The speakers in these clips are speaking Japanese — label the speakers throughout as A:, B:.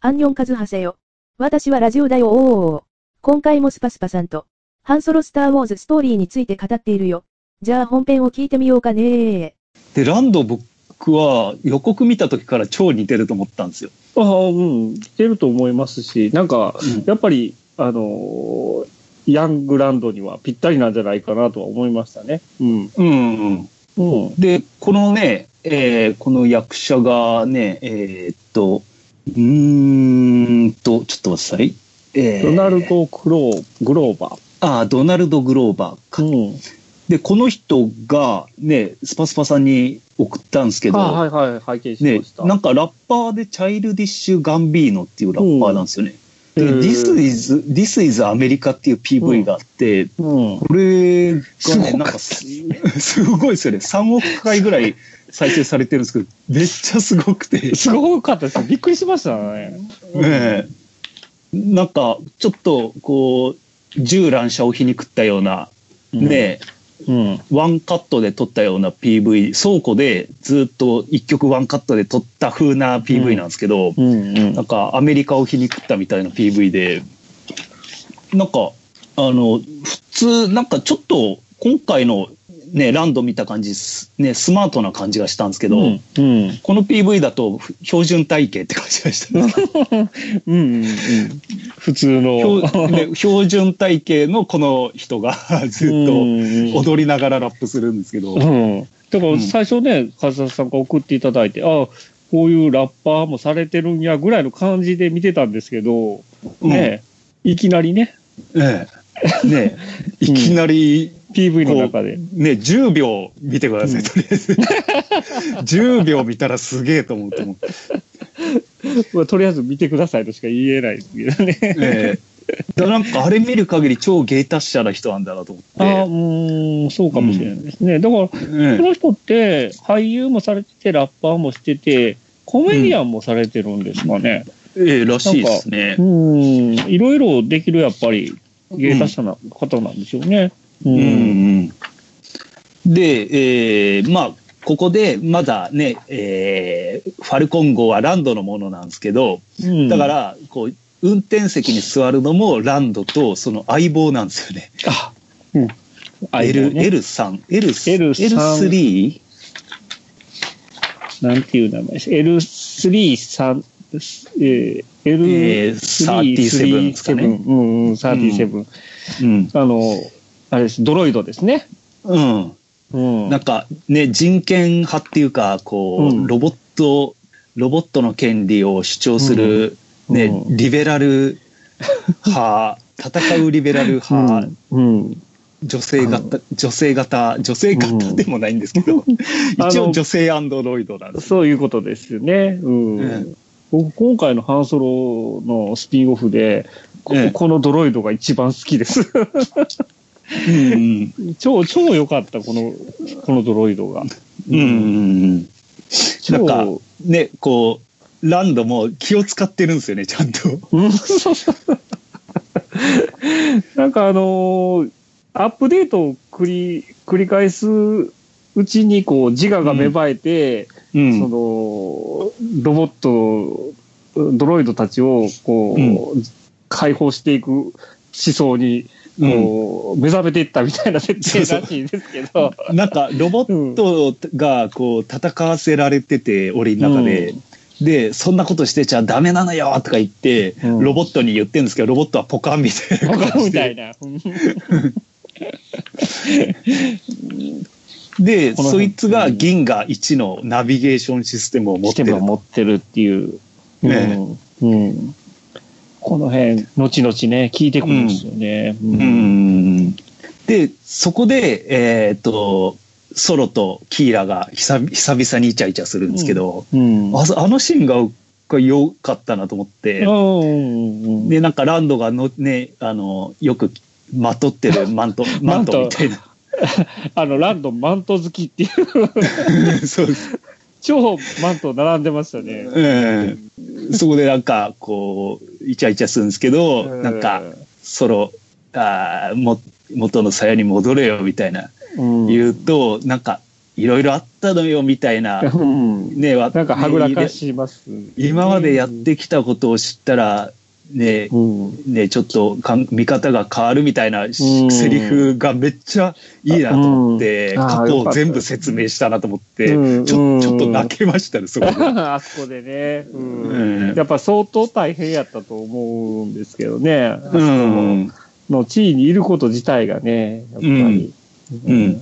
A: アンニョンカズハセよ。私はラジオだよおーおーおー今回もスパスパさんと、ハンソロスターウォーズストーリーについて語っているよ。じゃあ本編を聞いてみようかねー。
B: で、ランド僕は予告見た時から超似てると思ったんですよ。
C: ああ、うん、似てると思いますし、なんか、やっぱり、あのーヤングランドにはぴったりなんじゃないかなとは思いましたね。うん。
B: うん、うん。
C: うん。
B: で、このね、えーこの役者がね、えーっと、うーんと、ちょっと待ってください。えー
C: ドナル。ド・クロー、グローバ
B: あー、ドナルド・グローバーか。
C: ー。うん。
B: で、この人がね、スパスパさんに送ったんですけど、
C: あはいはい、拝見し
B: ね
C: まし、た。
B: なんかラッパーでチャイルディッシュ・ガンビーノっていうラッパーなんですよね。
C: うん
B: で、
C: へー
B: This is, This is America っていう PV があって、
C: うん。
B: これがね、
D: すごかった
B: なんかす、 すごいですよね。3億回ぐらい再生されてるんですけど、めっちゃすごくて、ね
C: すごかったですね。びっくりしましたね。
B: えなんか、ちょっと、こう、銃乱射を皮肉ったような、ね、
C: うん。
B: ワンカットで撮ったような PV、倉庫でずっと一曲ワンカットで撮った風な PV なんですけど、
C: うん。うん
B: なんかアメリカを皮肉ったみたいな PV で、なんか、あの、普通、なんかちょっと今回のね、ランド見た感じす、ね、スマートな感じがしたんですけど、
C: うん。うん。
B: この PV だとふ標準体型って感じがした、
C: うん。うん。普通の。
B: 標ね標準体型のこの人が ずっと
C: うん
B: 踊りながらラップするんですけど、
C: うん。だか
B: う
C: ら
B: ん
C: 最初ね、カズさんが送っていただいて、ああ、こういうラッパーもされてるんやぐらいの感じで見てたんですけど、
B: うん
C: ね、いきなりね、
B: ねえねえいきなり
C: PV の中で。
B: ね、10秒見てください、
C: うん
B: とりあえず。10秒見たらすげえと思うと思って。
C: まあとりあえず見てくださいとしか言えないですけどね。
B: ええだなんかあれ見る限り超芸達者な人なんだなと思って。
C: ああ、うーん、そうかもしれないですね。だから、こ
B: ええ
C: の人って俳優もされてて、ラッパーもしてて、コメディアンもされてるんですかね。
B: ええらしいですね
C: う。ーん、いろいろできる、やっぱり、芸達者な方なんでしょうね。う
B: うん
C: ん。
B: うんで、えーまあ、ここでまだね、えーファルコン号はランドのものなんですけど、
C: うん
B: だか、ら、こう、運転席に座るのもランドとその相棒なんですよね。
C: あ、うん。
B: L、
C: ね
B: L さん、L、
C: L さん
B: L3?
C: なんていう名前でし L3、三えー、
B: えー
C: L3、
B: 37ですかね
C: うんうん、37、
B: うん。
C: あの、あれです、ドロイドですね。
B: うん。
C: うん。
B: なんかね、人権派っていうか、こう、
C: うん
B: ロボット、ロボットの権利を主張する、
C: うん
B: ね、
C: うん
B: リベラル派、戦うリベラル派、
C: うん。うん。
B: 女性型、女性型、女性型でもないんですけど、 一
C: あ
B: 応
C: の
B: 女性アンドロイドなんです。
C: そういうことですよね。うん。
B: え
C: 僕、今回のハンソロのスピンオフで、こ
B: ええ
C: このドロイドが一番好きです。
B: うん
C: 超、超良かった、この、このドロイドが。
B: うん。うん。
C: 超
B: なんか、ね、こう、ランドも気を使ってるんですよね、ちゃんと。
C: うんそうそうなんかあのーアップデートを繰り繰り返すうちにこう自我が芽生えて、
B: うん
C: そのロボットドロイドたちをこう、解放していく思想にこう、目覚めていったみたいな設定らしいですけど。
B: なんかロボットがこう戦わせられてて、俺の中で、でそんなことしてちゃダメなのよとか言って、
C: うん
B: ロボットに言ってるんですけどロボットはポカンみたい な感じ
C: みたい
B: で
C: な。
B: で
C: この
B: そ
C: 辺
B: いつが銀河1のナビゲーションシステムを持っ
C: シ
B: て
C: テ
B: る
C: ムを持ってるっていう。
B: ね
C: うんうんこの辺、後々ね、聞いてくるんですよね。う
B: う。んでそこでえっとソロとキーラが久々久々にイチャイチャするんですけど、
C: うん。
B: ああのシーンが良かったなと思って。
C: うん。
B: で、なんかランドがの、ね、あの、よくまとって るマント、マントみたいな。
C: あの、ランドマント好き っていう、
B: そうです。
C: 超マント並んでましたね。
B: ええそこでなんか、こう、イチャイチャするんですけど、なんか、ソロ、あーも元の鞘に戻れよ、みたいな
C: うん、
B: 言うと、なんか、いろいろあったのよみたい な、
C: うん
B: ね、わ
C: なんかはぐらかします、
B: 今までやってきたことを知ったら、ね、
C: うん。
B: ね、ちょっとかん見方が変わるみたいな
C: う
B: し
C: ん
B: セリフがめっちゃいいなと思って、
C: うんあー
B: 過去を
C: よかった
B: 全部説明したなと思って、
C: うん
B: ちょ
C: うん
B: ちょっと泣けましたね、そ こで。
C: あそこでね、うん
B: うん
C: やっぱ相当大変やったと思うんですけどね。
B: うん、
C: の地位にいること自体がね、やっぱり。
B: うん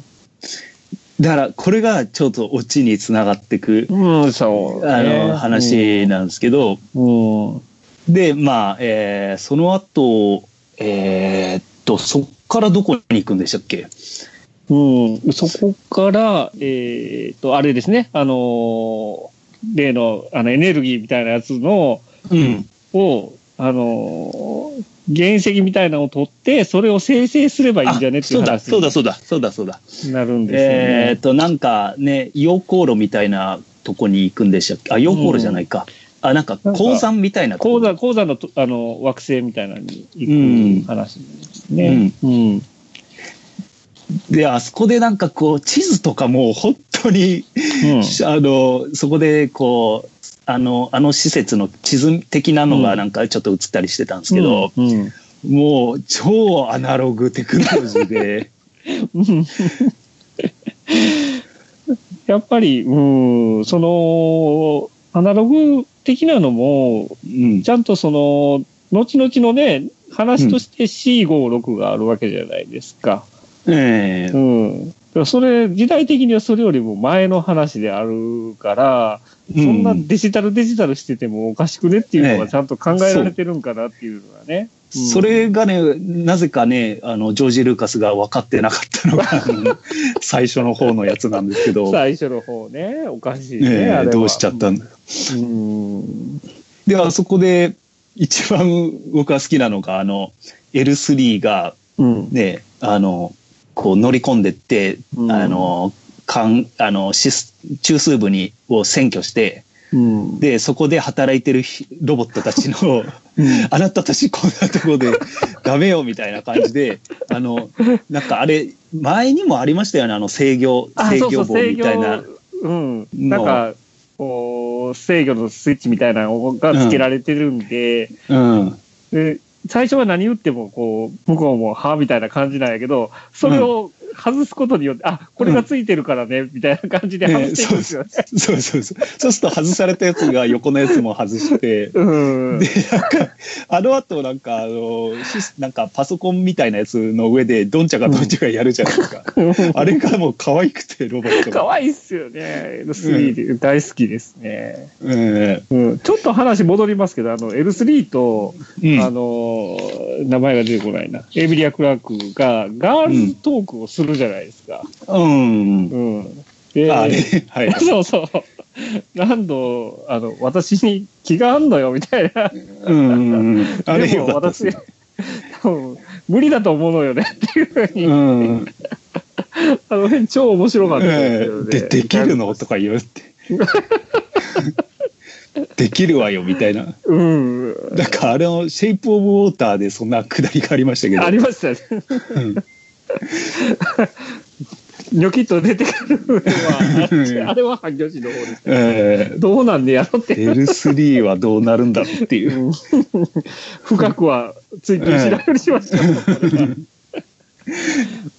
B: だからこれがちょっとオチにつながってく、
C: うん、うんそう、
B: あ
C: ね
B: の話なんですけど、
C: うん。うん
B: でまあ、えーその後えーっとそっからどこに行くんでしたっけ
C: うん、そこから、えーっと、あれですね、あのー例のあのエネルギーみたいなやつの
B: うん
C: を、あのー原石みたいなのを取って、それを生成すればいいんじゃね
B: あ
C: ってい
B: そううだ
C: 話
B: そうだそうだそうだそうだ
C: になるんですよ
B: えーっ
C: ね。
B: となんかね溶鉱炉みたいなとこに行くんでしたっけあ溶鉱炉じゃないか、あなんか
C: なんか
B: 鉱山みたいなとこ
C: 鉱山、鉱山のとあの惑星みたいなのに行く話ですね。 うん。
B: であそこでなんかこう地図とかもう本当に
C: うん
B: あのそこでこうあのあの施設の地図的なの
C: う
B: が
C: ん
B: なんかちょっと映ったりしてたんですけど、
C: うんうん
B: もう超アナログテクノロジー で
C: うん やっぱり、うん、その、アナログ的なのも、
B: うん
C: ちゃんとその、後々のね、話として C56 があるわけじゃないですか。
B: ええ
C: うん。だからそれ、時代的にはそれよりも前の話であるから、そんなデジタルデジタルしててもおかしくねっていうの
B: え
C: は
B: え
C: ちゃんと考えられてるんかなっていうのはね。うん
B: それがねなぜかねあのジョージ・ルーカスが分かってなかったのがあ の最初の方のやつなんですけど、
C: 最初の方ね、おかしいね。
B: ええ
C: あれは
B: どうしちゃったんだ
C: うん。
B: であそこで一番僕が好きなのがあの L3 が
C: うん。
B: ねあのこう乗り込んでって、
C: うん
B: あのかんあのシス中枢部にを占拠して
C: うん
B: でそこで働いてるひロボットたちの
C: うん
B: あなたたちこんなところでダメよみたいな感じであのなんかあれ前にもありましたよねあの制御
C: あ
B: 制
C: そうそ
B: 御
C: う
B: 棒みたいな
C: 制御うん。なんか、こう、制御のスイッチみたいなのがつけられてるんで、
B: うん
C: で最初は何打っても、こう、向こうも、はみたいな感じなんやけど、それを外すことによって、あ、これがついてるからね、みたいな感じで外していくんですよね。
B: そうそうそうそうすると外されたやつが横のやつも外 して
C: うん。
B: でなんかあの後なんかあのシスなんかパソコンみたいなやつの上でどんちゃかどんちゃかやるじゃないですか、あれがもう可愛くてロボ ット
C: か
B: が、
C: わいいっすよね。L3 で、大好きですね。
B: うん
C: うん。ちょっと話戻りますけど、あの、L3 と、
B: うん、
C: あのー名前が出てこないな。エイミリア・クラークがガールズトークをするじゃないですか。
B: うん
C: うん。で、
B: あれはい
C: そうそう。何度、あの、私に気があんのよ、みたいな。
B: うんうんうんあれ
C: で
B: よ
C: も
B: かったです
C: 私
B: ね、
C: 多分無理だと思うのよね、 っていうふうに、
B: うん
C: あの辺超面白かったです
B: え
C: けど
B: え
C: ね
B: でできるのとか言うって できるわよみたいな
C: うん。
B: なんかあれの「シェイプ・オブ・ウォーター」でそんなくだりがありましたけど
C: ありましたね。
B: うん
C: ニョキッと出てくるのは、あれは半魚師の方です。
B: ええ
C: どうなんでやろうって。
B: L3 はどうなるんだろうっていう
C: うん深くは追求しなくしましたこれは。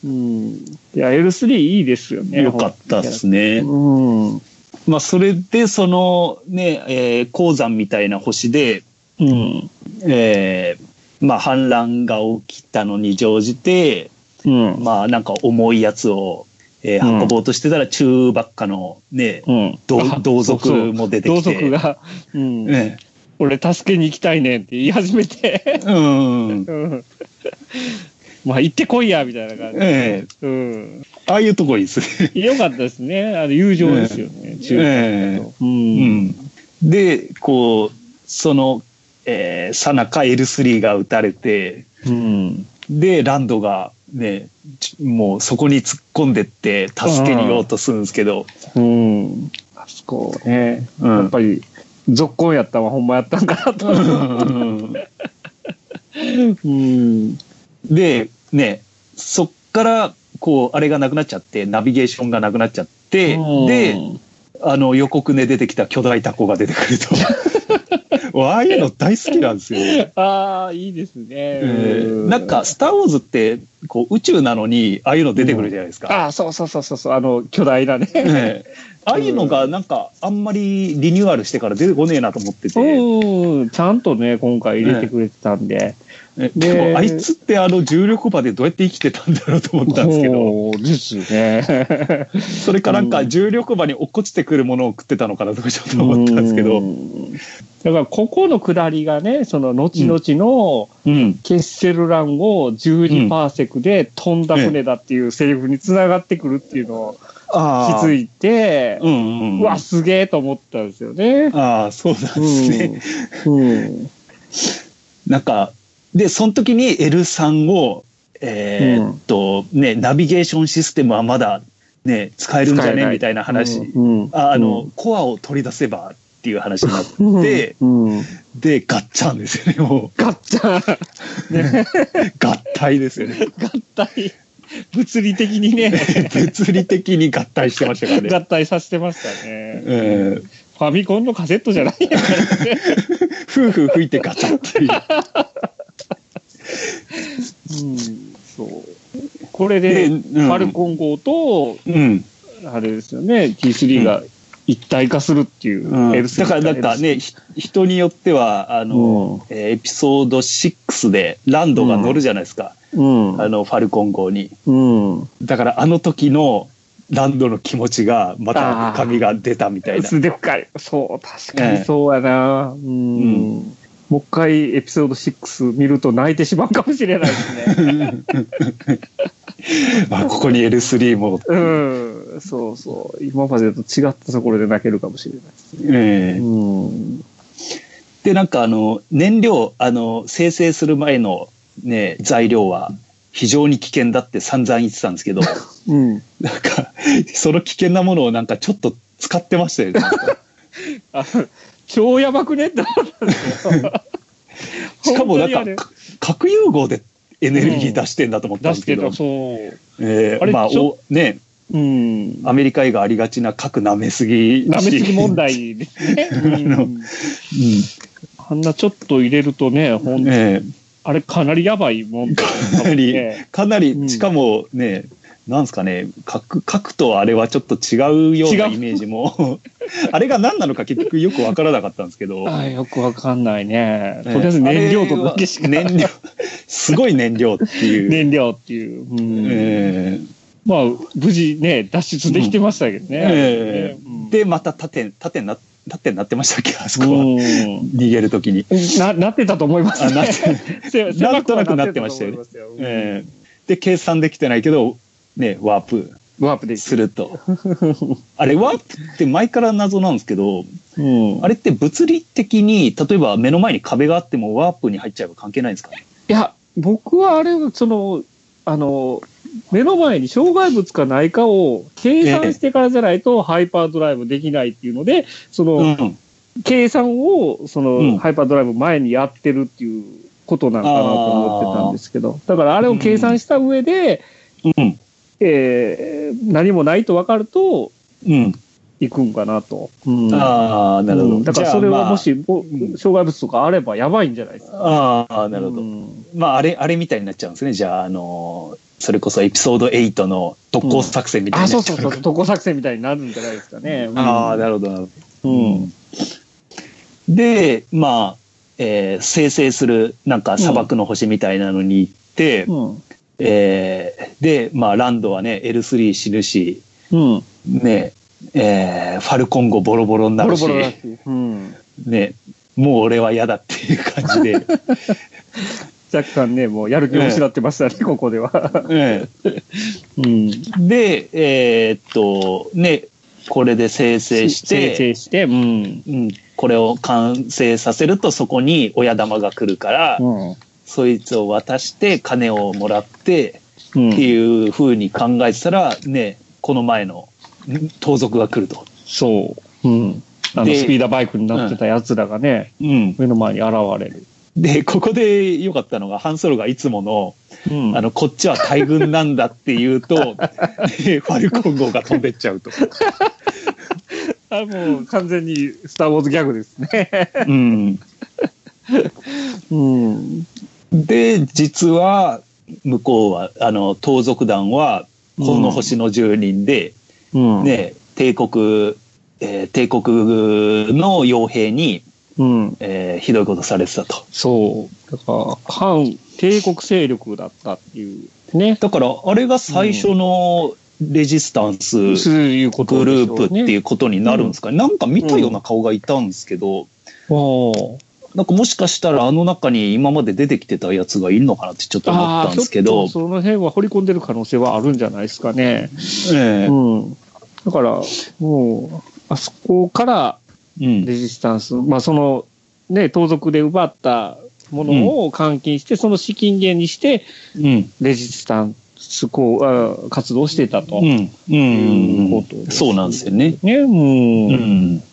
C: うん、いや、L3 いいですよね。
B: よかったですね。
C: うん。うん。
B: まあ、それで、そのね、えー鉱山みたいな星で、
C: うん。
B: えーまあ、反乱が起きたのに乗じて、
C: うん。
B: まあ、なんか重いやつを、えー
C: うん
B: 運ぼうとしてたら、中ばっかのね、
C: うん
B: 同
C: あ
B: 同
C: そ
B: 族
C: うそう
B: も出て
C: 同
B: きて。
C: 族が、うん
B: ね
C: 俺助けに行きたいねんって言い始めて、
B: うん。
C: うんまあ行ってこいや、みたいな感じ。
B: ええ
C: うん。
B: ああいうとこいいですね。
C: よかったですね。あの友情ですよね、中
B: ええ
C: う。
B: うんん、で、こう、その、えー、さなか L3 が撃たれて、
C: うん。
B: でランドがねちもうそこに突っ込んでって助けにようとするんですけど、
C: うん。あそこね。
B: うん
C: やっぱり、続行やったわ、ほんまやったんかなと。うん。
B: でねそっからこう、あれがなくなっちゃって、ナビゲーションがなくなっちゃって、で、あの、予告で出てきた巨大タコが出てくる と。わああいうの大好きなんですよ。
C: ああ、いいですね。う
B: なんか、、スター・ウォーズって、こう、宇宙なのに、ああいうの出てくるじゃないですか。
C: ああ、そうそうそうそうそう、あの、巨大なね。
B: ねああいうのが、なんか、あんまりリニューアルしてから出てこねえなと思ってて。
C: うん、ちゃんとね、今回入れてくれてたんで。
B: ねでも、あいつってあの重力場でどうやって生きてたんだろうと思ったんですけど、
C: そうですね。
B: それかなんか重力場に落っこちてくるものを食ってたのかなとかちょっと 思ったんですけ
C: う
B: ど、
C: んだから、ここの下りがね、その、後々の、
B: うん。
C: ケッセルランを12パーセクで飛んだ船だっていうセリフにつながってくるっていうのを
B: ああ。
C: 気づいて、
B: うんうん。
C: うわ、すげえと思ったんですよね。
B: ああ、そうなんです
C: う
B: ね。
C: ん。うん。
B: なんか、で、その時に L さんを、えーっと、ね、ナビゲーションシステムはまだ、ね、使えるんじゃ
C: 使え
B: ね
C: ない
B: みたいな話。
C: うんうん
B: ああの、コアを取り出せばっていう話になっ
C: うん
B: て、
C: うん
B: で、ガッチャンですよね、も
C: ガッ チャン
B: う。合体ですよね。
C: 合体物理的にね、
B: 物理的に合体してましたからね。
C: 合体させてましたね。
B: うん
C: ファミコンのカセットじゃないやからね。
B: 夫婦吹いてガチャっていう。
C: うん、そう。これで、
B: ねうん
C: ファルコン号と、
B: うん。
C: あれですよね、T3 が一体化するっていう、
B: うん、
C: L3
B: だからなんかね、ひ人によっては、あの、えーエピソード6でランドが乗るじゃないですか。
C: うん、
B: あの、ファルコン号に。
C: うん。
B: だからあの時のランドの気持ちが、また髪が出たみたいな。
C: す で深い。そう、確かにそうやな。うん。
B: う
C: もう一回エピソード6見ると泣いてしまうかもしれない ですね。
B: あ、ここに L3 も。
C: うん。そうそう。今までと違ったところで泣けるかもしれないですね。
B: ええ
C: うん。
B: で、なんかあの、燃料、あの、生成する前のね、材料は非常に危険だって散々言ってたんですけ ど、
C: うん。
B: なんか、その危険なものをなんかちょっと使ってました よね。なんか
C: あ超やばくねって思ったんですよ。
B: しかもなんか
C: 本当にあれ、
B: 核融合でエネルギー出してんだと思ったん
C: 出
B: で
C: し
B: すけ
C: て
B: ど
C: た、、そう。
B: え
C: あ
B: え
C: れ
B: まあ、
C: ちょ
B: おね、
C: うん。
B: アメリカ映画ありがちな核舐めすぎ。
C: 舐めすぎ問題ですね。 うん
B: うん。
C: あんなちょっと入れるとね、ほん
B: え
C: あれかなりやばいもんだ
B: え、かなり、
C: ね
B: かな
C: う
B: り、
C: ん
B: しかもね、なんですかね、核、核とあれはちょっと違うような
C: 違う
B: イメージも、 あれが何なのか結局よくわからなかったんですけど、
C: ああよくわかんないね。
B: ええ
C: とりあえず燃料とだけしか
B: あれは 燃料、すごい燃料っていう。
C: 燃料っていう。うん
B: ええ
C: まあ、無事ね、脱出できてましたけどね。
B: ええ
C: うん
B: で、また縦、縦にな、縦になってましたっけあそこは。
C: うん
B: 逃げるときに。
C: ななってたと思います、
B: あなっ
C: ね。
B: て
C: せ
B: なんとなく
C: 狭
B: なってましたよね
C: なってたと思いま すよ
B: ええで、計算できてないけど、ね、ワープ
C: ワープでき
B: する と。あれ、ワープって前から謎なんですけど、
C: うん
B: あれって物理的に、例えば目の前に壁があってもワープに入っちゃえば関係ないんですかね
C: いや、僕はあれ、その、あの、目の前に障害物かないかを計算してからじゃないとハイパードライブできないっていうので、その、
B: うん。
C: 計算を、その、
B: うん
C: ハイパードライブ前にやってるっていうことなのかなと思ってたんですけど、だからあれを計算した上で、
B: うん。
C: えー何もないと分かると、
B: うん。
C: 行くんかなと。うん
B: ああ、なるほ
C: う
B: ど。
C: んだから
B: じゃあ
C: それ
B: ま
C: は
B: あ
C: もし、ぼ
B: ん
C: 障害物とかあればやばいんじゃないですか。
B: ああ、なるほど。
C: うん
B: まあ、あれ、あれみたいになっちゃうんですね。じゃあ、あのーそれこそエピソード8の特攻作戦みたい
C: あ、
B: にな
C: そ
B: っ
C: う
B: ち
C: そ
B: ゃ
C: うそう、特攻作戦みたいになるんじゃないですかね。うん
B: ああ、なるほど、なるほど。
C: うん。
B: で、まあ、えー生成する、なんか砂漠の星みたいなのに行って、
C: うん。
B: えーで、まあ、ランドはね、L3 死ぬし、
C: うん。
B: ね、えーファルコン号ボロボロになる
C: ボロ
B: し、
C: ボロだし。うん。
B: ね、もう俺は嫌だっていう感じ で、
C: 若干ね、もうやる気を失ってましたね、ここでは。
B: え
C: うん。
B: えで、えーっと、ね、これで生成して、
C: 生成して、うん。
B: うん、これを完成させるとそこに親玉が来るから、
C: うん。
B: そいつを渡して金をもらって
C: う
B: って
C: ん。
B: いうふうに考えてたら、ね、この前のん盗賊が来ると。
C: そう。うん。あの、
B: で
C: スピーダーバイクになってた奴らがね、
B: うん。
C: 目の前に現れる。
B: で、ここで良かったのが、ハンソロがいつもの、
C: うん
B: あの、こっちは大軍なんだっていう と、でファルコン号が飛んでっちゃうと。
C: あもう完全に「スター・ウォーズ」ギャグですね。
B: うん。
C: うん。
B: で、実は、向こうは、あの、盗賊団は、この星の住人で、
C: うん。。
B: ね、帝国、えー帝国の傭兵に、
C: うん。
B: えーひどいことされてたと。
C: そう。だから、反帝国勢力だったっていうね。
B: だから、あれが最初のレジスタンス
C: そういうこと
B: グ
C: で
B: ル
C: しょ
B: ー
C: う
B: プって
C: ね
B: いうことになるんですかね。なんか見たような顔がいたんですけど、
C: お
B: なんかもしかしたらあの中に今まで出てきてたやつがいるのかなってちょっと思ったんですけ
C: あ
B: ど
C: ーちょっと、その辺は掘り込んでる可能性はあるんじゃないですかね。
B: え
C: うん。だから、もう、あそこから
B: えうん
C: レジスタンス、まあその、ね、盗賊で奪ったものを換金して、その資金源にして、
B: うん
C: レジスタンスこうあ活動してたと。
B: うんう
C: いうんことです
B: そうなんですよね。
C: ね、
B: う
C: うん。
B: ん、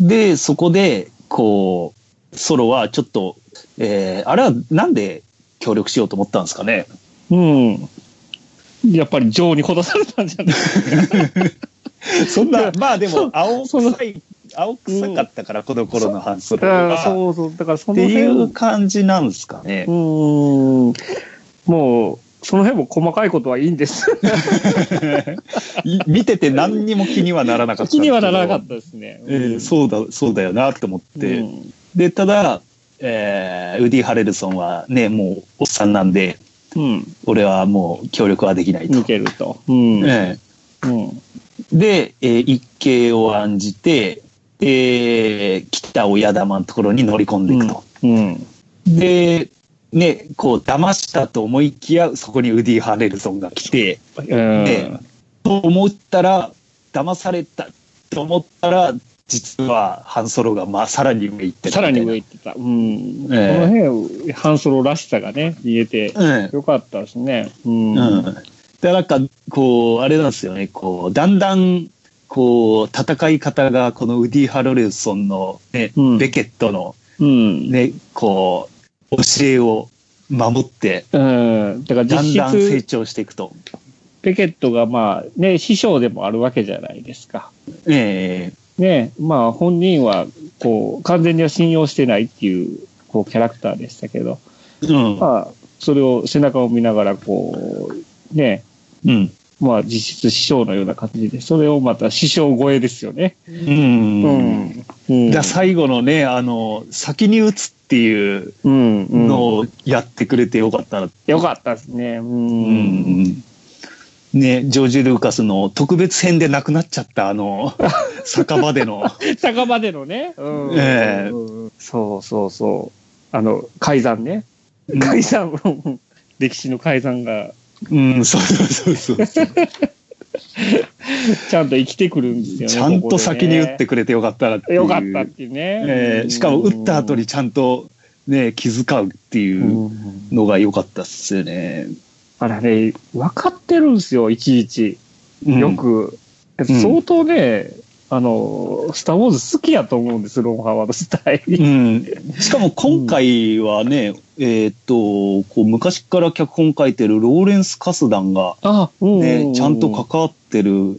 B: で、そこで、こう、ソロはちょっと、えーあれはなんで協力しようと思ったんですかね。
C: うん。やっぱり情にほだされたんじゃない
B: そんな、まあでも、青
C: その
B: 臭い、青臭かったから、この頃の半袖
C: あ
B: は
C: ーそうそう。だからそ
B: っ
C: の
B: てい
C: 辺
B: う感じなんですかね。
C: うん。もう、その辺も細かいことはいいんです。
B: い見てて何にも気にはならなかった。
C: 気にはならなかったですね。
B: えーそうだ、そうだよなって思って。
C: うん
B: で、ただ、えーウディ・ハレルソンはね、もうおっさんなんで、
C: うん。
B: 俺はもう協力はできないと
C: 抜。けると。うんうん。
B: ええで、えー一計を案じて、えー北親玉のところに乗り込んでいくと。
C: うん。
B: で、ね、こう、騙したと思いきや、そこにウディ・ハレルソンが来て、
C: うん。
B: と思ったら、騙されたと思ったら、実は、ハンソロが、まあ、さらに上行ってたみた
C: さら
B: いな
C: に上行ってた。うん。こ
B: ええ
C: の辺、ハンソロらしさがね、見えて、よかったですね。うん。
B: うん。うん。で、なんか、こう、あれなんですよね、こう、だんだん、こう、戦い方が、このウディ・ハレルソンの、ね、
C: うん
B: ベケットの、
C: うん。
B: ね、こう、教えを守って、
C: うん。だから
B: だんだ
C: 実
B: ん成
C: 質、
B: 長していくと。
C: ペケットがまあ、ね、師匠でもあるわけじゃないですか。
B: ええ
C: ね、まあ本人は、こう、完全には信用してないっていう、こう、キャラクターでしたけど、
B: うん。
C: まあ、それを背中を見ながら、こう、ね、
B: うん。
C: まあ実質師匠のような感じで、それをまた師匠超えですよね。
B: うん。
C: うん。うん。
B: だ最後のね、あの、先に打つっていう
C: うんうん
B: のをやってくれてよかったな。
C: よかったですね。う。
B: うんね、ジョージ・ルーカスの特別編でなくなっちゃった、あ の、酒場での。
C: 酒場でのね。うん
B: ええ
C: うんそうそうそう。あの、改ざんね。改ざん、うん歴史の改ざんが、
B: うん、そうそうそうそう。
C: ちゃんと生きてくるんですよね。
B: ちゃん
C: ことこでね
B: 先に打ってくれてよかったなっていう。
C: よかったっていうね。
B: え
C: う
B: ー
C: ん
B: しかも打った後に、ちゃんとね、気遣うって
C: う
B: いうんのが良かったっすよね。
C: あれね、分かってるんですよ、いちいち。
B: うん
C: よ。く。
B: ん
C: 相当ね、あの、スター・ウォーズ好きやと思うんです、ロン・ハワード自体。
B: うん、しかも今回はね、えーっとこう昔から脚本書いてるローレンス・カスダンが、
C: あ、うん
B: ねちゃんと関わってる
C: うん。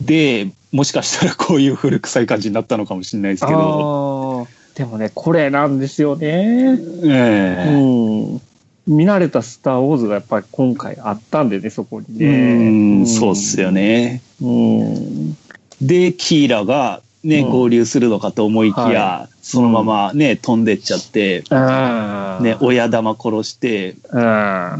B: でもしかしたらこういう古臭い感じになったのかもしれないですけど、
C: あーでもね、これなんですよね。う
B: え
C: ん。見慣れたスター・ウォーズがやっぱり今回あったんでね、そこに
B: え
C: ね。
B: うんそうっすよ。ね。
C: うん。
B: でキーラが、ね
C: うん
B: 合流するのかと思いきや、
C: は
B: そのまま、ね飛んでっちゃって、
C: ああ。
B: ね、親玉殺して
C: う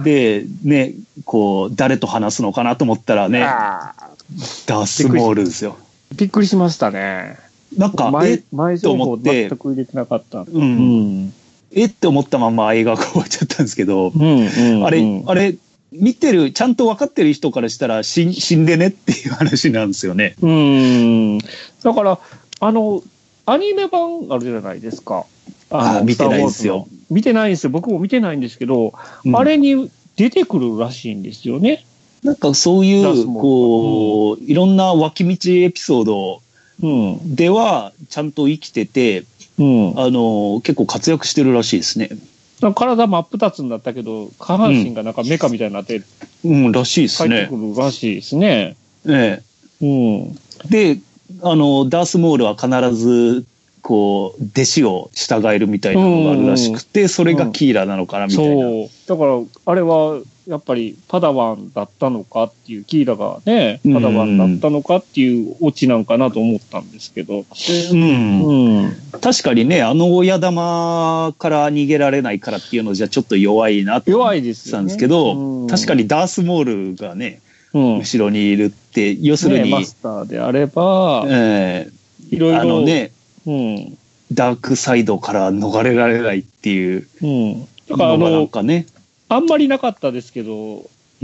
C: ん。
B: で、ね、こう誰と話すのかなと思ったらね
C: あー
B: ダースモールですよ。
C: びっくりしましたね。
B: なんか、え
C: 前、前情
B: と思
C: 報
B: って
C: 全く入れてなかった。
B: う、
C: うんん。
B: えって思ったまま映画が終わっちゃったんですけど、
C: うん。うん
B: あれ、
C: うん
B: あれ、見てる、ちゃんと分かってる人からしたら死ん死んでねっていう話なんですよね。
C: うん。だから、あの、アニメ版あるじゃないですか。
B: あー
C: の
B: 見てないんですよ。
C: スターウォーズの見てないんですよ。僕も見てないんですけど、
B: うん
C: あれに出てくるらしいんですよね。
B: なんかそうい
C: ラス
B: う、
C: も
B: こう、いろんな脇道エピソード
C: うん。
B: では、ちゃんと生きてて、
C: うん。
B: あの、結構活躍してるらしいですね。
C: 体真っ二つになったけど、下半身がなんかメカみたいになって
B: うん、らしいです
C: 帰って
B: ね
C: く。るらしいですね。
B: え
C: うん。
B: え、で、あの、ダース・モールは必ず、こう、弟子を従えるみたいなのがあるらしくて、それがキーラなのかな、みたいな。
C: そう。だから、あれは、やっぱり、パダワンだったのかっていう、キーラがね、パダワンだったのかっていうオチなんかなと思ったんですけど。
B: うん。
C: うん。
B: 確かにね、あの親玉から逃げられないからっていうのじゃちょっと弱いなって思
C: 弱
B: っ
C: いです
B: て
C: よ
B: た
C: ね。
B: んですけど、
C: うん
B: 確か。にダース・モールがね、
C: うん。
B: 後ろにいるって、要する
C: ね
B: に、
C: マスターであれば、
B: え
C: い
B: え
C: ろいろ。
B: あのね、
C: うん。
B: ダークサイドから逃れられないっていう
C: うん。だから、
B: の
C: あ
B: がなん
C: の、
B: かね、
C: あんまりなかったですけど、
B: うん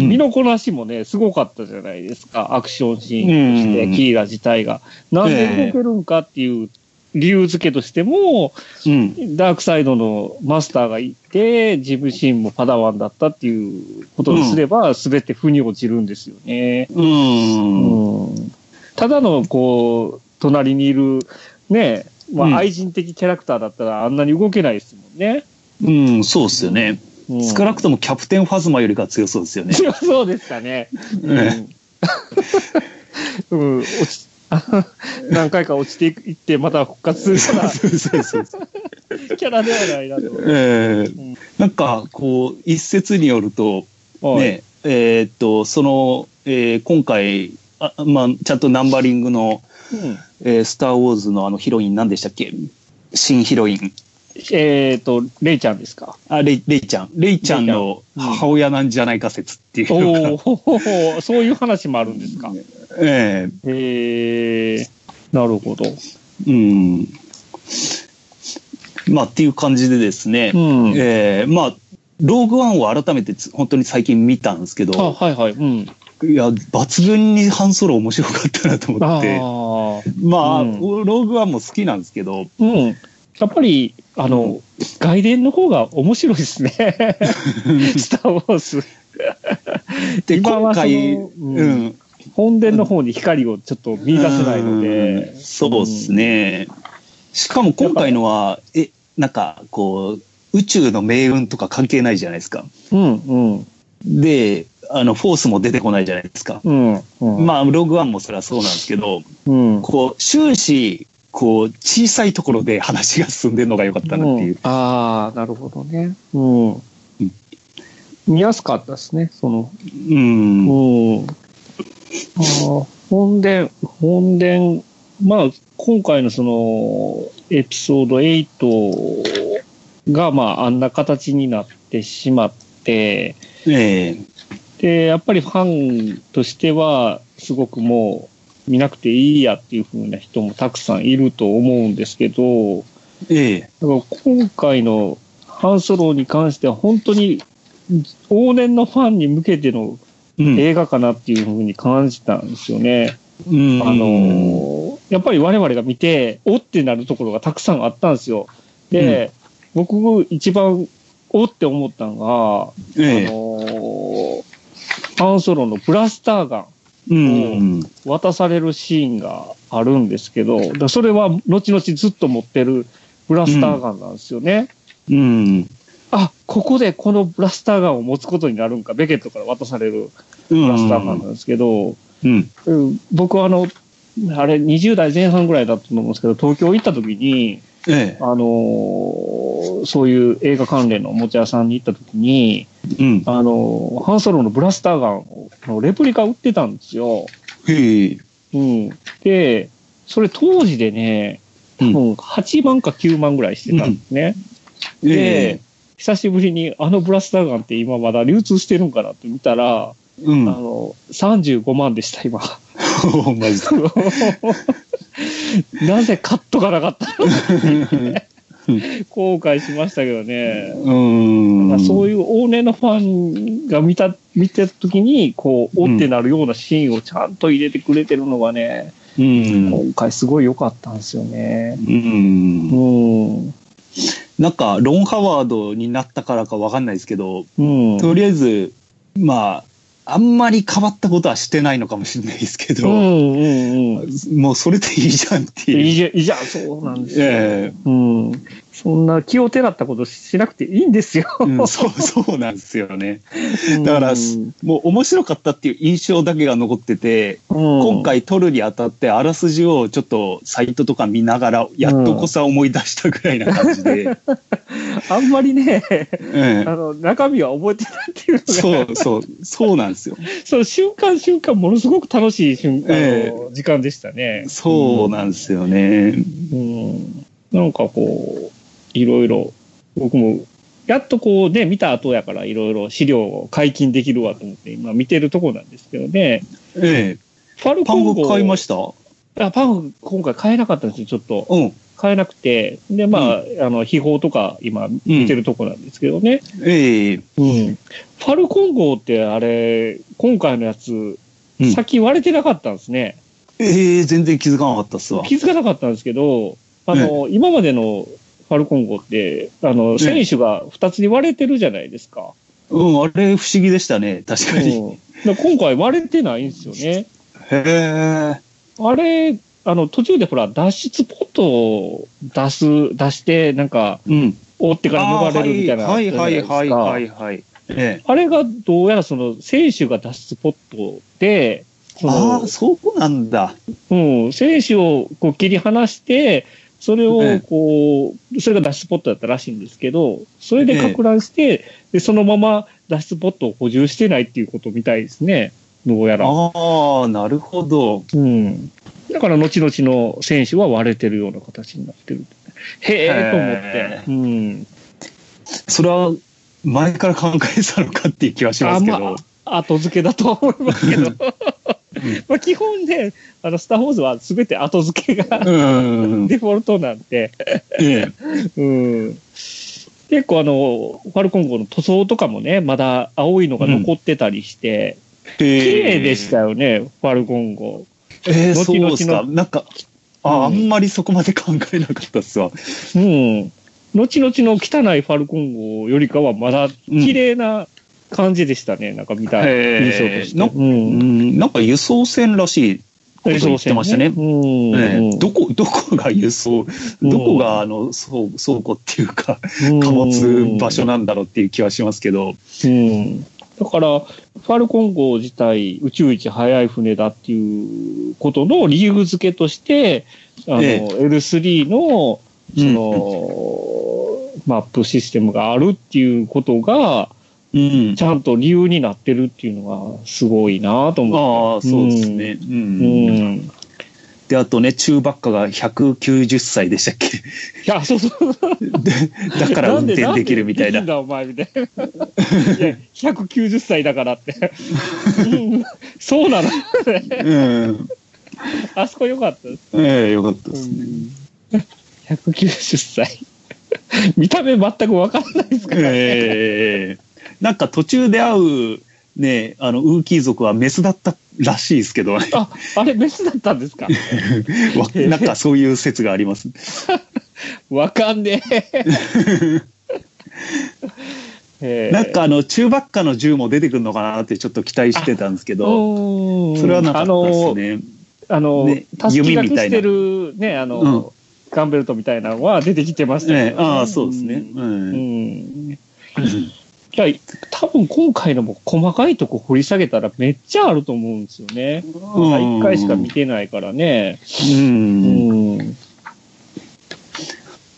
C: 身のこなしもね、すごかったじゃないですか、アクションシーンとして、
B: うん
C: キーラ自体が。なんで
B: ええ
C: 動けるんかっていう理由付けとしても、
B: うん、
C: ダークサイドのマスターがいて、自分自身もパダワンだったっていうことにすれば、すべ、て負に落ちるんですよね。
B: うん、
C: うんただの、こう、隣にいる、ね、ま
B: うん
C: あ、愛人的キャラクターだったら、あんなに動けないですもんね。
B: うん、そうですよね。
C: うん
B: 少なくともキャプテンファズマよりか強そうですよね。
C: 強 そうでしたね。
B: え
C: うん、 落ち何回か落ちていって、また復活するよ
B: そうそうそう
C: うなキャラではないなと。
B: ええ
C: ん
B: なんか、こう、一説によると、
C: はい
B: ね、えーっと、その、えー今回、あまあ、ちゃんとナンバリングの、
C: うん
B: えースター・ウォーズのあのヒロイン、何でしたっけ新ヒロイン。
C: えっ、と、レイちゃんですか。
B: あ、レイ、レイちゃん。レイちゃんの母親なんじゃないか説っていうのが。
C: おお、そういう話もあるんですか。
B: ええ
C: ええなるほど。
B: うん。まあ、っていう感じでですね。
C: うん。
B: ええまあ、ローグワンを改めてつ本当に最近見たんですけ
C: あ、
B: ど、
C: はいはい。うん。
B: いや、抜群にハンソロ面白かったなと思
C: あ
B: って、
C: あ。
B: まあ、
C: うん
B: ローグワンも好きなんですけど、
C: うん。やっぱり、あの、外伝の方が面白いで すね。スター・ウォーズ。
B: で、
C: 今
B: 今
C: はその
B: 回、
C: うん
B: うん。
C: 本殿の方に光をちょっと見出せないので
B: うん。そうですね。しかも今回のは、え、なんか、こう、宇宙の命運とか関係ないじゃないですか。
C: うん。うん、
B: で、あの、フォースも出てこないじゃないですか。
C: うん、うん。あ、
B: まあ、ログワンもそれはそうなんですけど、
C: うん。
B: こう、終始、こう、小さいところで話が進んでるのが良かったなっていう。
C: ああ、なるほどね。うん。見やすかったですね、その。
B: うん。
C: うん。ああ、本殿、本殿、まあ、今回のその、エピソード8が、まあ、あんな形になってしまって、
B: ええ
C: で、やっぱりファンとしては、すごくもう、見なくていいやっていう風な人もたくさんいると思うんですけど、
B: ええ
C: だから今回のハンソローに関しては、本当に往年のファンに向けての
B: うん。
C: 映画かなっていう風に感じたんですよね。
B: うん
C: あのーやっぱり我々が見て、おってなるところがたくさんあったんですよ。で、僕一番おって思ったのが、
B: ええ
C: あのーハンソロのブラスターガン
B: うん。
C: 渡されるシーンがあるんですけど、だからそれは後々ずっと持ってるブラスターガンなんですよね。
B: うん。
C: あ、ここでこのブラスターガンを持つことになるんか、ベケットから渡される
B: うん。
C: ブラスターガンなんですけど、
B: うん。
C: うん僕はあの、あれ20代前半ぐらいだったと思うんですけど、東京行った時に、
B: え
C: あのーそういう映画関連のおもちゃ屋さんに行った時に、
B: えうん。
C: あの、ハンソロのブラスターガンのレプリカ売ってたんですよ。
B: へえ
C: うん。で、それ当時でね、多分8万か9万ぐらいしてたんですね。で、
B: え
C: 久しぶりにあのブラスターガンって今まだ流通してるんかなって見たら、
B: えう
C: あ
B: ん。
C: の、35万でした、今。
B: マジだ。
C: なぜカットがなかったの後悔しましたけどね。
B: う
C: まあ、
B: ん。
C: そう
B: う。
C: いう往年のファンが見た、見てた時に、こう、おってなるようなシーンをちゃんと入れてくれてるのがね、
B: うん。
C: 今回すごい良かったんですよね。
B: うん
C: う。ん。
B: なんか、ロン・ハワードになったからかわかんないですけど、
C: うん。
B: とりあえず、まあ、あんまり変わったことはしてないのかもしれないですけど、
C: んうんうん。
B: もうそれでいいじゃんって
C: い
B: い
C: い
B: う。
C: じゃん、いいじゃん、そうなんですよ。
B: え
C: うん。そんな気をてらったことしなくていいんですよ。
B: えうん そう、そうなんですよね。だから、
C: うん
B: もう面白かったっていう印象だけが残ってて、今、回撮るにあたってあらすじをちょっとサイトとか見ながら、やっとこさ思い出したぐらいな感じで。
C: あんまりね、
B: ええ
C: あの、中身は覚えてないっていうのが、
B: そうそう、そうなんですよ。
C: その瞬間瞬間、ものすごく楽しい瞬間、
B: え
C: あの時間でしたね。
B: そうなんですよね。
C: うん。なんかこう、いろいろ、僕も、やっとこうね、見た後やからいろいろ資料を解禁できるわと思って、今見てるとこなんですけどね。
B: ええ
C: ファルコ
B: パ
C: ン
B: ン
C: 号
B: 粉買いました
C: あパンフ今回買えなかったんですよ、ちょっと。
B: うん。
C: 買えなくて。で、まあ、あの、秘宝とか今見てるとこなんですけどね。
B: ええ
C: うん。ファルコン号ってあれ、今回のやつ
B: うん、
C: 先割れてなかったんですね。
B: ええ全然気づかなかったっすわ。
C: 気づかなかったんですけど、あの、今までのファルコン号って、あの、選手が2つに割れてるじゃないですか。
B: うん、あれ不思議でしたね。確
C: う
B: かに。
C: ん。だから今回割れてないんですよね。
B: へえ。
C: あれ、あの、途中でほら、脱出ポットを出す、出して、なんか、
B: うん。
C: 追ってから逃れるみたいな。。
B: はいはいはいはいはいいはい。ええ。
C: あれがどうやらその、選手が脱出ポットで、そ
B: あ
C: の
B: あ、そうなんだ。
C: うん、選手をこう切り離して、それ
B: ええ
C: をこう、それが脱出ポットだったらしいんですけど、それで
B: ええ
C: か乱して、でそのまま脱出ポットを補充してないっていうことみたいですね。どうやら。
B: ああ、なるほど。
C: うん。だから、後々の選手は割れてるような形になってる。へえ、と思って。
B: それは前から考えてたのかっていう気はし
C: うん。
B: ま
C: あ、
B: すけ
C: ま
B: ど。
C: あ、後付けだとは思いますけど。 まあ、基本ね、あの、スター・ウォーズは全て後付けが
B: うん。
C: デフォルトなんで、
B: ええ。
C: うん。結構あの、ファルコン号の塗装とかもね、まだ青いのが残ってたりして、綺麗でしたよね、ファルコン号。
B: ええ
C: 後
B: そう
C: 々の
B: ですか。なんか、ああ
C: うん
B: んまりそこまで考えなかったっすわ。
C: うん。後々の汚いファルコン号よりかはまだ綺麗な感じでしたね、なんか見た印象として。
B: のう
C: うん。
B: ん、なんか輸送船らしいこと言ってましたね。
C: うん。
B: ええ
C: うん
B: どこ、どこが輸送、どこがあの倉倉庫っていうか、貨物場所なんだろうっていう気はしますけど、
C: うん、だから、ファルコン号自体、宇宙一速い船だっていうことの理由付けとして、あの、
B: ええ
C: L3 の、そ
B: うん
C: の、マップシステムがあるっていうことが、
B: うん
C: ち。ゃんと理由になってるっていうのが、すごいなと
B: あ
C: 思
B: あ、
C: って。
B: そうですね。う
C: うん。うん
B: ん。で、あとね、中ばっかが190歳でしたっけ
C: いや、そうそう。
B: でだから運転できるみたいな。
C: んでんできんだ、お前、みたいな。い や、190歳だからって。うんそうなの。
B: うん。
C: あそこ良かったです。
B: ええよかったですね。
C: 190歳。見た目全く分かんないですから。
B: ええなんか途中で会う、ね、あの、ウーキー族はメスだったらしいですけど、ね、
C: あ、あれメスだったんですか
B: わなんかそういう説があります。
C: 分かんね え。えー
B: なんかあの、中ばっかの銃も出てくるのかなってちょっと期待してたんですけど、
C: うーん
B: それはなかったですね。
C: あの、あの
B: ね、
C: たすきが
B: 弓みたい
C: し
B: な
C: てる、ね、あの、
B: うん
C: ガンベルトみたいなのは出てきてました
B: ええ
C: けど
B: ああ、そうですね。う。
C: うんん。じゃあ、多分今回のも細かいとこ掘り下げたらめっちゃあると思うんですよね。まだ1回しか見てないからね。
B: うん。
C: うん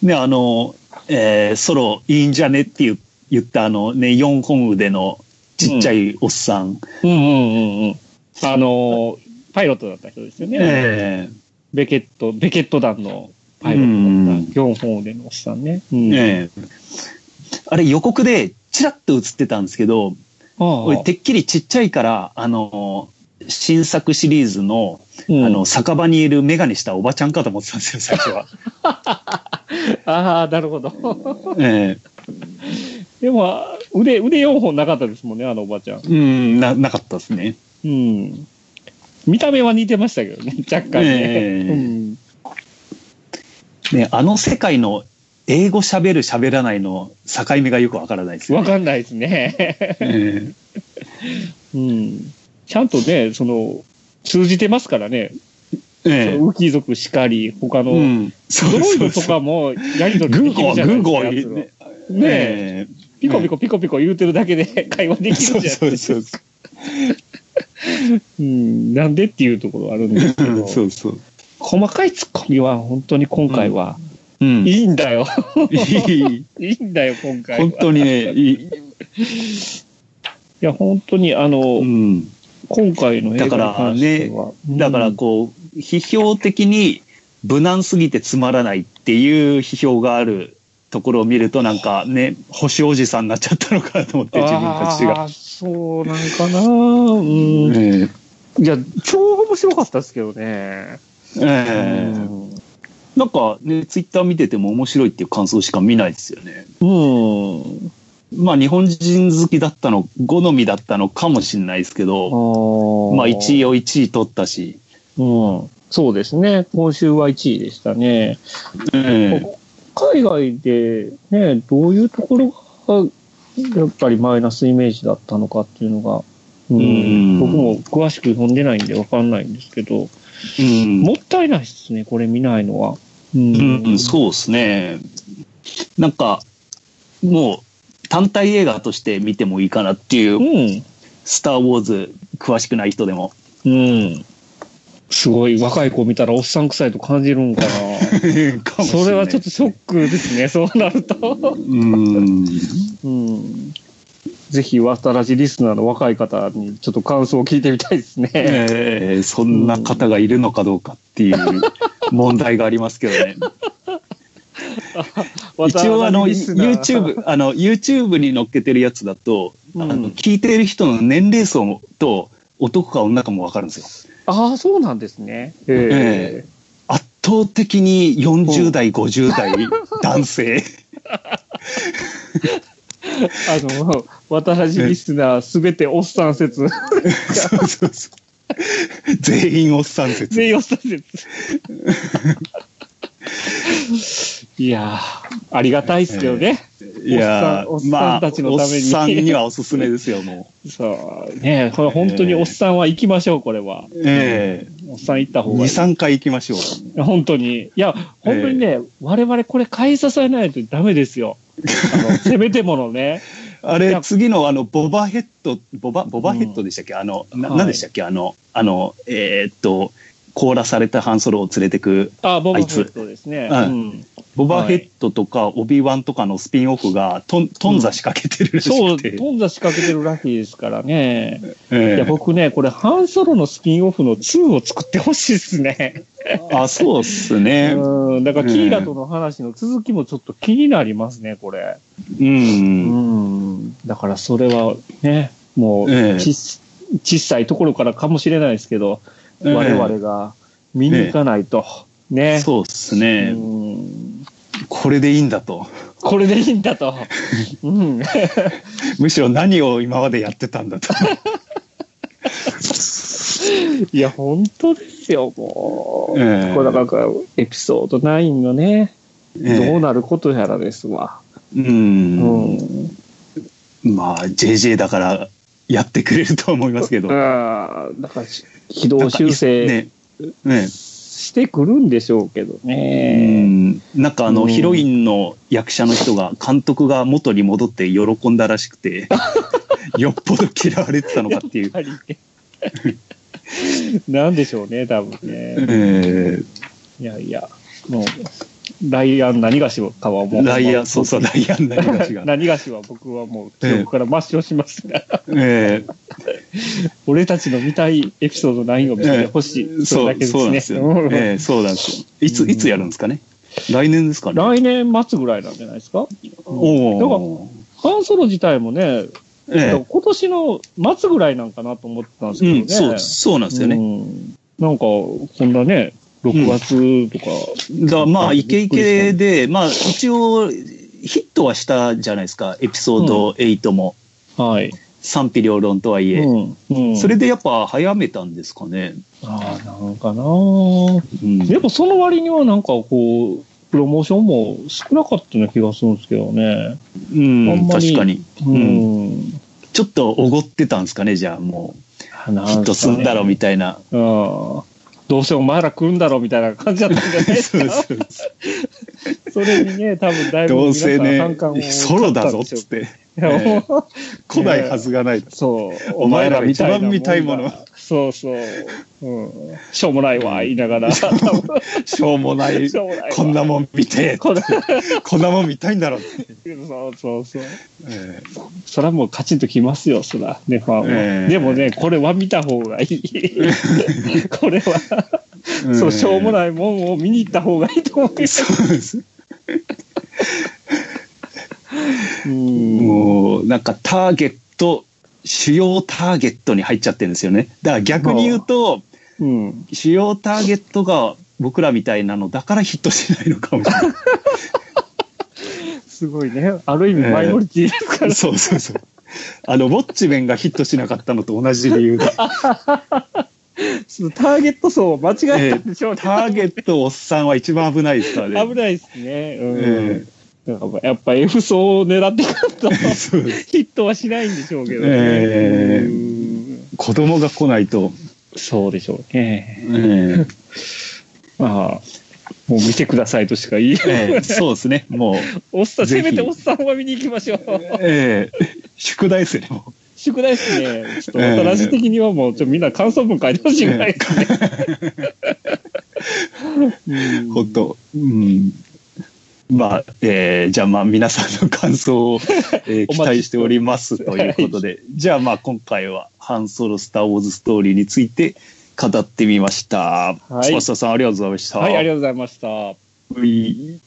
B: ね、あの、えーソロいいんじゃねっていう言ったあの、ね、4本腕のちっちゃいおっさん。
C: うんうんうんうん。あのー、パイロットだった人ですよね。
B: え
C: ベケット、ベケット団のパイロットだった。4本腕のおっさんね。う
B: え
C: ん
B: ええあれ予告でチラッと映ってたんですけど、
C: ああ
B: 俺てっきりちっちゃいから、あの、新作シリーズの、
C: うん
B: あの、酒場にいるメガネしたおばちゃんかと思ってたん ですよ、最初は。
C: ああ、なるほど。
B: え
C: でも、腕、腕4本なかったですもんね、あのおばちゃん。
B: えうん、な、なかったですね。
C: うん。見た目は似てましたけどね、 若干
B: え
C: ね。
B: え
C: うん
B: ね、あの世界の英語喋る喋らないの境目がよくわからないです
C: わ
B: ね。
C: かんないですね。
B: ええ
C: うん。ちゃんとね、その、通じてますからね。
B: ええ。
C: ウキ族しかり、他の、
B: うん。そ
C: ド
B: う
C: ロイ
B: そ
C: ド
B: う
C: と
B: そう。
C: かもやりとり
B: グー
C: でき
B: ゴ
C: る
B: は
C: じ
B: グ
C: ゃ
B: ー
C: ないです
B: ゴは
C: か。
B: ね
C: やつらねえ、
B: え。
C: ピコピコピコピコ言うてるだけで会話できるじゃ
B: そう
C: ないですか。
B: そうそう。
C: うん、なんでっていうところはあるんですけ
B: うんそ
C: ど、
B: うそう。
C: 細かいツッコミは本当に今回は、
B: うん。い
C: いいんだよ。
B: い。
C: いいんだよ、今回は。
B: 本当にね、いい。
C: いや、本当に、あの、
B: うん。
C: 今回の映画に関しては。
B: だからこう、批評的に無難すぎてつまらないっていう批評があるところを見るとなんかね、星おじさんになっちゃったのかなと思って自分たち
C: あ
B: が。
C: あ、そうなんかなうん。い
B: え
C: や、超面白かったですけどね。
B: えええなんかね、ツイッター見てても面白いっていう感想しか見ないですよね。
C: うん。うん
B: まあ日本人好きだったの、好みだったのかもしれないですけど、まあ1位を1位取ったし、
C: うん。そうですね。今週は1位でしたね。
B: ええ
C: 海外でね、どういうところが、やっぱりマイナスイメージだったのかっていうのが、うん
B: うん
C: 僕も詳しく読んでないんでわかんないんですけど、
B: うん
C: もったいないですね、これ見ないのは。う
B: うん、そうですね。なんか、もう単体映画として見てもいいかなっていうう、
C: ん。
B: スター・ウォーズ詳しくない人でも。
C: うん。すごい、若い子見たらおっさん臭いと感じる んかな。 それはちょっとショックですね、そうなると。
B: うん。
C: うん。ぜひ、渡らじリスナーの若い方にちょっと感想を聞いてみたいですね。
B: ええそんな方がいるのかどうかっていう 問題がありますけどね。一応あの、
C: リスナー
B: YouTube、あの、YouTube に載っけてるやつだと、
C: うん
B: あの、聞いてる人の年齢層もと、男か女かもわかるんですよ。
C: ああ、そうなんですね。
B: え圧倒的に40代、50代、男性。
C: あの、 渡らじリスナーすべておっさん
B: そ
C: 説。
B: うそうそう。 全員おっさん説。
C: 全員おっさ ん説。いやー、ありがたいっすよね。
B: いやー
C: おっさんおっさんたちのために
B: まあ、おっさんにはおすすめですよ、も
C: そう。ねえこれ本当におっさんは行きましょう、これは。
B: う。え
C: おっさん行った
B: え
C: 方が
B: 二
C: い
B: 三回行きましょう。
C: い。本当に。いや、本当にね、我々これ買い支えないとダメですよ。あの、せめてものね。
B: あ
C: い
B: れ
C: や、
B: 次の、あの、ボバヘッド、ボバ、ボバヘッドでしたっけ、あの、な、
C: はい
B: なんでしたっけあの、あの、えーっと、凍らされたハンソロを連れてく、
C: あ、ボバ
B: あ
C: フ
B: いつ
C: ェットですね。
B: うん
C: うん
B: ボバヘッドとか、オビワンとかのスピンオフが、とん、頓挫しかけてるらし
C: そう、
B: くて。
C: 頓挫仕掛けてるらしいですからね。い
B: え
C: や、僕ね、これ、ハンソロのスピンオフの2を作ってほしいですね。
B: えあ、そうっすね。
C: うん。だから、キーラとの話の続きもちょっと気になりますね、これ。
B: うん。
C: うん。だから、それはね、もう、
B: ええ
C: ちっ小さいところからかもしれないですけど、
B: ええ
C: 我々が見に行かないと。ね。
B: そうですね、
C: うん
B: これでいいんだと。
C: これでいいん だと。うん。
B: むしろ何を今までやってたんだと。
C: いや、本当ですよ、もう。
B: ええ
C: これなんか、エピソード9のね、どう
B: な
C: なることやらですわ。
B: うん。
C: うん。
B: まあ、JJ だからやってくれるとは思いますけど。
C: ああ、だから、軌道修正
B: ね。ね。
C: してくるんでしょうけど
B: う
C: ね。
B: ん。なんかあの、
C: うん
B: ヒロインの役者の人が、監督が元に戻って喜んだらしく て、よっぽど嫌われてたのかっていう。
C: やっぱり ねなんでしょうね、多分ね。
B: え
C: いやいや、もう、ライアン何がしかはも
B: ー、
C: う。
B: ライアン、そうそう、ライアンなりが ちが。
C: 何がしは僕はもう記憶から抹消しました。
B: えー
C: 俺たちの見たいエピソード9を見せてほしい。そ
B: そ
C: れだ
B: う、
C: け
B: そうなんで
C: ですす
B: よ
C: ね。。
B: ええそうなんですよ。いつ、
C: うん
B: いつやるんですかね。来年ですかね。
C: 来年末ぐらいなんじゃないですか
B: おお。
C: ハンソロ自体もね、
B: え
C: 今年の末ぐらいなんかなと思ってたんです
B: え。
C: けどね。
B: うん、そう、そうなんですよね。
C: うんなんか、こんなね、6月とか、
B: だからまあ、イケイケ
C: びっ
B: で、まあ、一応、ヒットはしたじゃないですか。エピソード8も。
C: はい。
B: 賛否両論とはいえ。
C: うんうん
B: それでやっぱ早めたんですかね。
C: ああ、なんかなー
B: うん。
C: でもその割にはなんかこう、プロモーションも少なかったような気がするんですけどね。
B: うん
C: あんまり
B: 確かに。
C: うん。
B: ちょっとおごってたんですかね、じゃあもう、きっと済んだろみたいな。
C: うん。どうせお前ら来るんだろうみたいな感じだったんじゃないです
B: そう
C: か。
B: そう
C: それにね、多分だい ぶ
B: どう
C: 皆
B: せ
C: さん反
B: ね
C: 感を、
B: ソロだぞっつ
C: 買ったんで
B: っ、
C: してょう
B: ね
C: いやもう
B: 来ないはずがない。
C: そう、
B: お前らみたいなもんだ
C: そうそう、うん。しょうもないわ、言いな がら。し
B: しょうも ない、
C: ょうもないわ
B: こんなもん見て、
C: こんな
B: こんなもん見たいんだろうって。
C: そうそうそう。
B: え
C: そらもうカチンときますよ、そら、ね、ファンは。
B: ええ
C: でもね、これは見た方がい い。これは、
B: え
C: そう、しょうも
B: い。
C: ないもんを見に行った方がいいと思うけど。
B: そうです。
C: うん。
B: もう、なんかターゲット、主要ターゲットに入っちゃってるんですよね。だから逆に言うと、
C: うん。
B: 主要ターゲットが僕らみたいなのだからヒットしないのかもしれな
C: すごいね。ある意味マイノリティです か ら。
B: い。そうそうそう。あの、ウォッチメンがヒットしなかったのと同じ理由で。
C: そのターゲット層を間違えたんでしょうね。
B: ターゲットおっさんは一番危ないですからね。
C: 危ないですね。
B: え
C: うん。なんかやっぱ F 層を狙っていかんと
B: えそうです
C: ヒットはしないんでしょうけどね。
B: ええ
C: うん
B: 子供が来ないと。
C: そうでしょうね。
B: え
C: まあ、もう見てくださいとし か言い
B: えええそうですね。もう、
C: おっさん、
B: ぜひ
C: せめておっさんは見に行きましょう。
B: ええ宿題ですよね。もう
C: 宿題ですね。ちょっと私的にはもう、ちょっとみんな感想文書いてほしいぐらいです ね。
B: 本当、うん。まあ、えーじゃあまあ皆さんの感 想を、えー
C: お待ちして
B: 期待しておりますということで、じゃあまあ今回はハンソロスターウォーズストーリーについて語ってみました。
C: はい
B: 翼さんありがとうございました。
C: はい、ありがとうございました。
B: うございます。